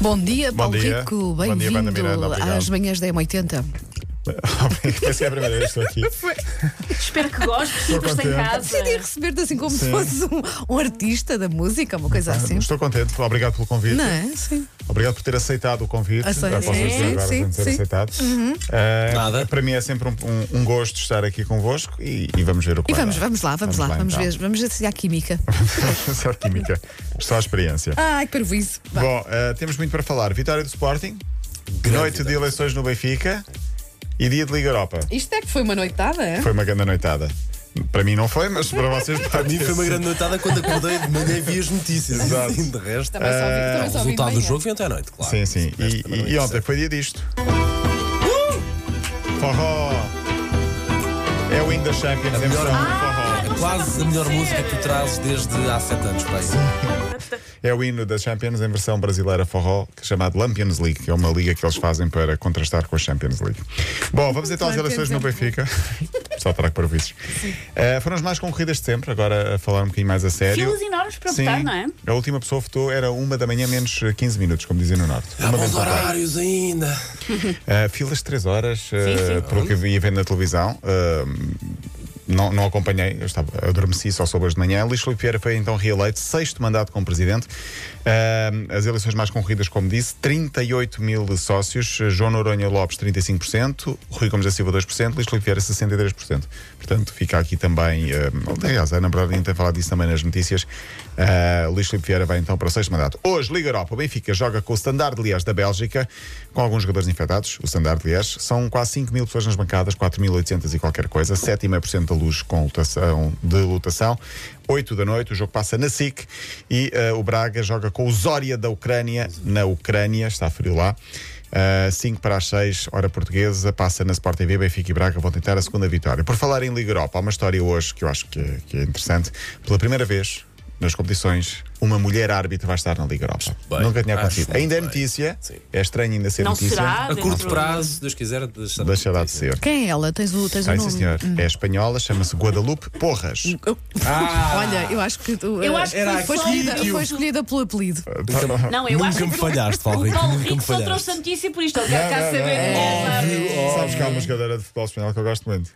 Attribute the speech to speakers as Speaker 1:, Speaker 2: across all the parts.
Speaker 1: Bom dia,
Speaker 2: Bom
Speaker 1: Paulo
Speaker 2: dia.
Speaker 1: Rico.
Speaker 2: Bom dia, Wanda
Speaker 1: Bem-vindo
Speaker 2: Miranda, obrigado.
Speaker 1: às manhãs da M80.
Speaker 2: Essa é a primeira vez que estou aqui.
Speaker 3: Espero que gostes,
Speaker 2: Estou
Speaker 3: que em
Speaker 2: contente.
Speaker 3: casa.
Speaker 1: Decidi receber-te assim como se
Speaker 2: Sim.
Speaker 1: fosse um, um artista da música, uma coisa assim.
Speaker 2: Ah, Estou contente, obrigado pelo convite.
Speaker 1: Não é? Sim.
Speaker 2: Obrigado por ter aceitado o convite.
Speaker 1: Aceito.
Speaker 2: Já posso
Speaker 1: Sim,
Speaker 2: dizer agora
Speaker 1: sim,
Speaker 2: por ter
Speaker 1: sim. Uhum.
Speaker 2: aceitado. Ah,
Speaker 4: Nada.
Speaker 2: Para mim é sempre um, um- um gosto estar aqui convosco e, e vamos ver o que
Speaker 1: E
Speaker 2: vai
Speaker 1: vamos,
Speaker 2: dar.
Speaker 1: vamos lá, vamos, lá, vamos
Speaker 2: então.
Speaker 1: ver, vamos ver se há química.
Speaker 2: Vamos à química. é Só a experiência.
Speaker 1: Ai, que parvoíce. Vá.
Speaker 2: Bom, ah, temos muito para falar. Vitória do Sporting, noite de eleições no Benfica e dia de Liga Europa.
Speaker 1: Isto é que foi uma noitada, é?
Speaker 2: Foi uma grande noitada. Para mim não foi, mas para vocês
Speaker 4: Para mim foi uma grande noitada quando acordei de manhã e vi as notícias.
Speaker 2: Exato.
Speaker 4: Assim, de resto.
Speaker 1: Também só
Speaker 2: eh,
Speaker 1: vi-
Speaker 4: o
Speaker 1: também só vi é. de
Speaker 4: resultado do
Speaker 1: manhã.
Speaker 4: jogo foi ontem à noite, claro.
Speaker 2: Sim, sim.
Speaker 4: O resto
Speaker 2: E,
Speaker 4: também não
Speaker 2: e- e ontem
Speaker 4: interessa.
Speaker 2: foi dia disto. Forró! É o Win da Champions em
Speaker 4: melhor-
Speaker 2: versão
Speaker 3: Ah!
Speaker 2: forró.
Speaker 4: É quase a melhor música que tu trazes desde há sete anos, pai.
Speaker 2: É o hino da Champions em versão brasileira forró, que é chamado Lampions League, que é uma liga que eles fazem para contrastar com a Champions League. Bom, vamos então às eleições no Benfica. Só trago para vícios. Eh, foram as mais concorridas de sempre, agora a falar um bocadinho mais a sério.
Speaker 3: Filas enormes para
Speaker 2: Sim,
Speaker 3: votar, não é?
Speaker 2: A última pessoa votou era uma da manhã menos eh, 15 minutos, como dizem no Norte.
Speaker 4: Há
Speaker 2: Uma
Speaker 4: bons
Speaker 2: menos votada.
Speaker 4: horários ainda.
Speaker 2: Uh, filas de 3 horas, uh,
Speaker 3: sim.
Speaker 2: pelo que ia vendo na televisão. uh, não, não acompanhei, eu estava, adormeci só sobre as de manhã. Luís Filipe Vieira foi então reeleito, sexto mandato como presidente. Uh, as eleições mais concorridas, como disse, 38 mil sócios. Uh, João Noronha Lopes, 35%. Rui Gomes da Silva, 2%. Luís Filipe Vieira, 63%. Portanto, fica aqui também. Uh, aliás, a Ana Bernardina tem falado disso também nas notícias. Uh, Luís Filipe Vieira vai então para o sexto mandato. Hoje, Liga Europa, o Benfica joga com o Standard Liège da Bélgica, com alguns jogadores infectados. O Standard Liège são quase 5 mil pessoas nas bancadas, 4.800 e qualquer coisa, 7,5% da luz com lotação, de lotação. 8 da noite, o jogo passa na SIC e eh, o Braga joga com o Zória da Ucrânia, na Ucrânia, está frio lá. 5 para as 6, hora portuguesa, passa na Sport TV, Benfica e Braga vão tentar a segunda vitória. Por falar em Liga Europa, há uma história hoje que eu acho que é, que é interessante. Pela primeira vez nas competições, uma mulher árbitro vai estar na Liga Europa.
Speaker 4: Bem,
Speaker 2: Nunca tinha
Speaker 4: acho
Speaker 2: acontecido.
Speaker 4: muito
Speaker 2: Ainda é
Speaker 4: bem.
Speaker 2: notícia,
Speaker 4: Sim.
Speaker 2: é estranho ainda ser
Speaker 3: Não
Speaker 2: notícia.
Speaker 3: será?
Speaker 4: A curto
Speaker 3: Tá dentro-
Speaker 4: prazo, se Deus quiser, deixa
Speaker 2: Deixará de ser.
Speaker 1: Quem é ela? Tens o, tens o
Speaker 2: Ah, sim,
Speaker 1: nome?
Speaker 2: senhor. É espanhola, chama-se Guadalupe Porras.
Speaker 4: Ah,
Speaker 1: Olha, eu acho que tu.
Speaker 3: Eu
Speaker 1: eh,
Speaker 3: acho que
Speaker 4: Era
Speaker 3: foi
Speaker 1: foi
Speaker 4: aqui,
Speaker 3: só-
Speaker 1: escolhida,
Speaker 4: tio.
Speaker 1: foi escolhida pelo apelido.
Speaker 3: Não, eu
Speaker 4: Nunca
Speaker 3: acho
Speaker 4: me
Speaker 3: que-
Speaker 4: falhaste, Paulo Rico,
Speaker 3: O Paulo
Speaker 4: nunca me
Speaker 3: Rico só
Speaker 4: falhaste.
Speaker 3: trouxe a notícia por isto. Ele quer cá saber. quem é, sabe?
Speaker 2: Sabes que há uma jogadora de futebol espanhol que eu gosto muito.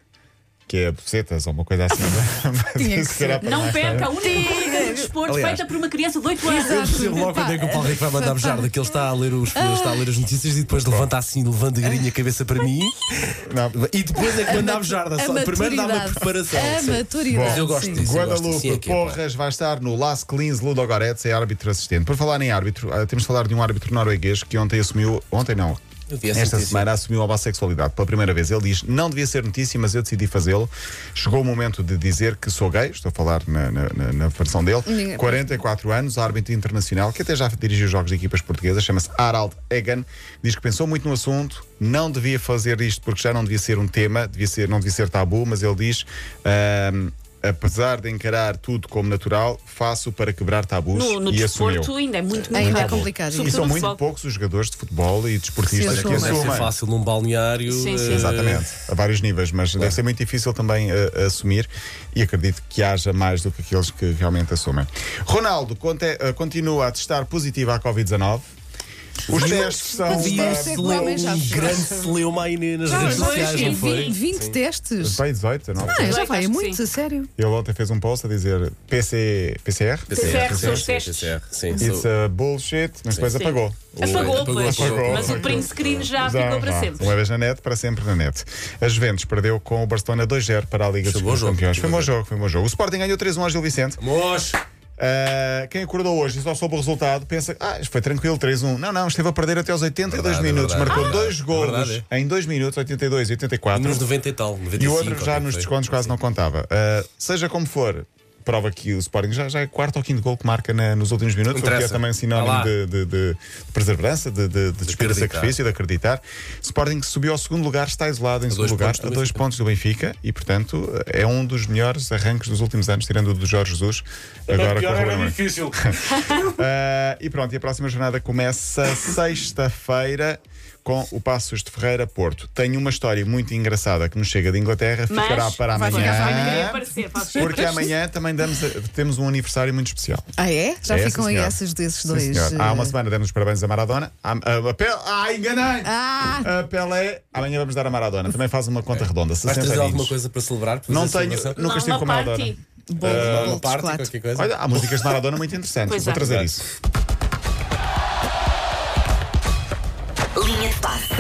Speaker 2: Que é a Bucetas ou uma coisa assim. Mas
Speaker 1: Tinha que
Speaker 2: isso será
Speaker 1: ser.
Speaker 2: para
Speaker 3: Não
Speaker 2: mais
Speaker 3: perca a
Speaker 2: tarde.
Speaker 3: única música de desporto
Speaker 4: Aliás.
Speaker 3: feita por uma criança de 8 anos.
Speaker 1: Exato.
Speaker 4: Percebo logo quando é que o Paulo Rico vai mandar beijar daquele está a ler os está a ler as notícias e depois levanta assim, levando a grinha a cabeça para mim
Speaker 2: Não.
Speaker 4: e depois é que manda a beijar.
Speaker 1: A
Speaker 4: Só- Primeiro dá uma
Speaker 1: maturidade.
Speaker 4: preparação.
Speaker 1: A
Speaker 4: sim.
Speaker 1: maturidade.
Speaker 2: Mas
Speaker 4: eu gosto
Speaker 1: sim.
Speaker 4: disso. Isso eu gosto,
Speaker 2: Guadalupe
Speaker 4: sim, é que é bom.
Speaker 2: Porras vai estar no Las Klins Ludo Goretz, é árbitro assistente. Por falar em árbitro, ah, temos de falar de um árbitro norueguês que ontem assumiu. Ontem não.
Speaker 4: Eu vi essa
Speaker 2: Esta
Speaker 4: notícia.
Speaker 2: semana assumiu a homossexualidade pela primeira vez. Ele diz: Não devia ser notícia, mas eu decidi fazê-lo. Chegou o momento de dizer que sou gay, estou a falar na, na, na- na versão dele.
Speaker 1: Ninguém-
Speaker 2: 44 anos, árbitro internacional, que até já dirigiu jogos de equipas portuguesas, chama-se Harald Egan, diz que pensou muito no assunto, não devia fazer isto porque já não devia ser um tema, devia ser, não devia ser tabu, mas ele diz. "Ahm, Apesar de encarar tudo como natural, faço para quebrar tabus
Speaker 3: No, no
Speaker 2: e assumiu.
Speaker 3: desporto ainda é muito
Speaker 1: Ainda é
Speaker 3: complicado.
Speaker 1: complicado.
Speaker 2: E
Speaker 1: Sobretudo
Speaker 2: são
Speaker 3: no
Speaker 2: muito
Speaker 3: futebol.
Speaker 2: poucos os jogadores de futebol e desportistas
Speaker 1: Sim,
Speaker 2: que
Speaker 4: Não deve ser
Speaker 2: assumem.
Speaker 4: fácil num balneário.
Speaker 3: Sim, sim.
Speaker 4: eh,
Speaker 2: Exatamente, a vários níveis, mas deve ser muito difícil também eh, assumir e acredito que haja mais do que aqueles que realmente assumem. Ronaldo conte- eh, continua a testar positivo à Covid-19. Os testes são.
Speaker 1: Quantos
Speaker 4: Vi
Speaker 2: eh,
Speaker 4: um,
Speaker 1: testes é que o homem já
Speaker 4: celeuma- um
Speaker 1: fez?
Speaker 4: grande celeuma aí nas redes
Speaker 3: pois,
Speaker 4: sociais, não
Speaker 3: sim,
Speaker 4: foi?
Speaker 1: 20 é testes.
Speaker 2: bem 18, 19.
Speaker 1: Ah, já
Speaker 3: Dezoito,
Speaker 1: vai, é
Speaker 3: acho que
Speaker 1: muito,
Speaker 3: sim.
Speaker 1: a sério.
Speaker 2: Ele ontem fez um post a dizer PC, PCR.
Speaker 3: PCR, são os testes.
Speaker 4: PCR, Sim,
Speaker 2: It's
Speaker 4: sou-
Speaker 2: a bullshit, mas depois
Speaker 3: Sim.
Speaker 2: apagou.
Speaker 3: Apagou,
Speaker 4: Apagou,
Speaker 3: pois.
Speaker 2: apagou.
Speaker 3: Mas o print screen já
Speaker 2: Já,
Speaker 3: Ah, ficou para
Speaker 2: já.
Speaker 3: sempre.
Speaker 2: Uma vez Um na net, para sempre na net. A Juventus perdeu com o Barcelona 2-0 para a Liga
Speaker 4: Foi bom
Speaker 2: dos
Speaker 4: jogo.
Speaker 2: Campeões. Foi um bom jogo, foi um bom jogo. O Sporting ganhou 3-1 ao Gil Vicente.
Speaker 4: Moço!
Speaker 2: Uh, quem acordou hoje e só soube o resultado pensa ah, isto foi tranquilo, 3-1. Não, não, esteve a perder até aos 82
Speaker 4: Verdade,
Speaker 2: minutos.
Speaker 4: é verdade,
Speaker 2: Marcou
Speaker 4: é verdade.
Speaker 2: dois
Speaker 4: É
Speaker 2: golos
Speaker 4: verdade,
Speaker 2: em 2 minutos, 82 e 84.
Speaker 4: Nos 90 e tal, 95.
Speaker 2: e o outro já
Speaker 4: qualquer
Speaker 2: nos
Speaker 4: coisa.
Speaker 2: descontos quase não contava. Uh, seja como for, prova que o Sporting já, já é quarto ou quinto gol que marca na- nos últimos minutos, o que é
Speaker 4: Interessa.
Speaker 2: também
Speaker 4: Vá
Speaker 2: sinónimo
Speaker 4: lá.
Speaker 2: de, de, de perseverança, de, de, de espírito de
Speaker 4: acreditar.
Speaker 2: sacrifício, de acreditar. Sporting subiu ao segundo lugar, está isolado em segundo
Speaker 4: dois
Speaker 2: lugar,
Speaker 4: pontos do
Speaker 2: a dois
Speaker 4: Benfica.
Speaker 2: pontos do Benfica e, portanto, é um dos melhores arranques dos últimos anos, tirando o do Jorge Jesus. Agora com É o Ruben Amorim.
Speaker 4: difícil.
Speaker 2: Ah, e pronto, e a próxima jornada começa sexta-feira com o Passos de Ferreira Porto. Tenho uma história muito engraçada que nos chega de Inglaterra,
Speaker 3: Mas
Speaker 2: ficará para
Speaker 3: vai ficar para amanhã
Speaker 2: amanhã.
Speaker 3: aparecer, faz
Speaker 2: Porque amanhã também damos a- temos um aniversário muito especial.
Speaker 1: Ah, é? Já
Speaker 2: É,
Speaker 1: ficam
Speaker 2: sim,
Speaker 1: aí
Speaker 2: senhora.
Speaker 1: essas desses
Speaker 2: Sim,
Speaker 1: dois.
Speaker 2: senhor.
Speaker 1: eh,
Speaker 2: Há uma semana demos os parabéns a Maradona. A, a, a Pelé. Ah, enganei!
Speaker 1: Ah!
Speaker 2: A Pelé. Amanhã vamos dar a Maradona. Também faz uma conta redonda.
Speaker 4: Vais
Speaker 2: 60
Speaker 4: trazer alguma
Speaker 2: aninhos.
Speaker 4: coisa assim, para celebrar? Para
Speaker 2: é Não
Speaker 4: fazer a
Speaker 2: tenho.
Speaker 4: celebração?
Speaker 2: Nunca
Speaker 3: Lá
Speaker 2: estive
Speaker 3: uma
Speaker 2: com a Maradona.
Speaker 3: party.
Speaker 1: Bolo, bolo
Speaker 4: Eh, Uma
Speaker 1: de
Speaker 4: parte,
Speaker 1: chocolate.
Speaker 4: qualquer coisa?
Speaker 2: Olha, há músicas de Maradona muito interessantes.
Speaker 3: Pois
Speaker 2: Vou
Speaker 3: há.
Speaker 2: trazer isso.
Speaker 5: Linha de passe.
Speaker 1: Até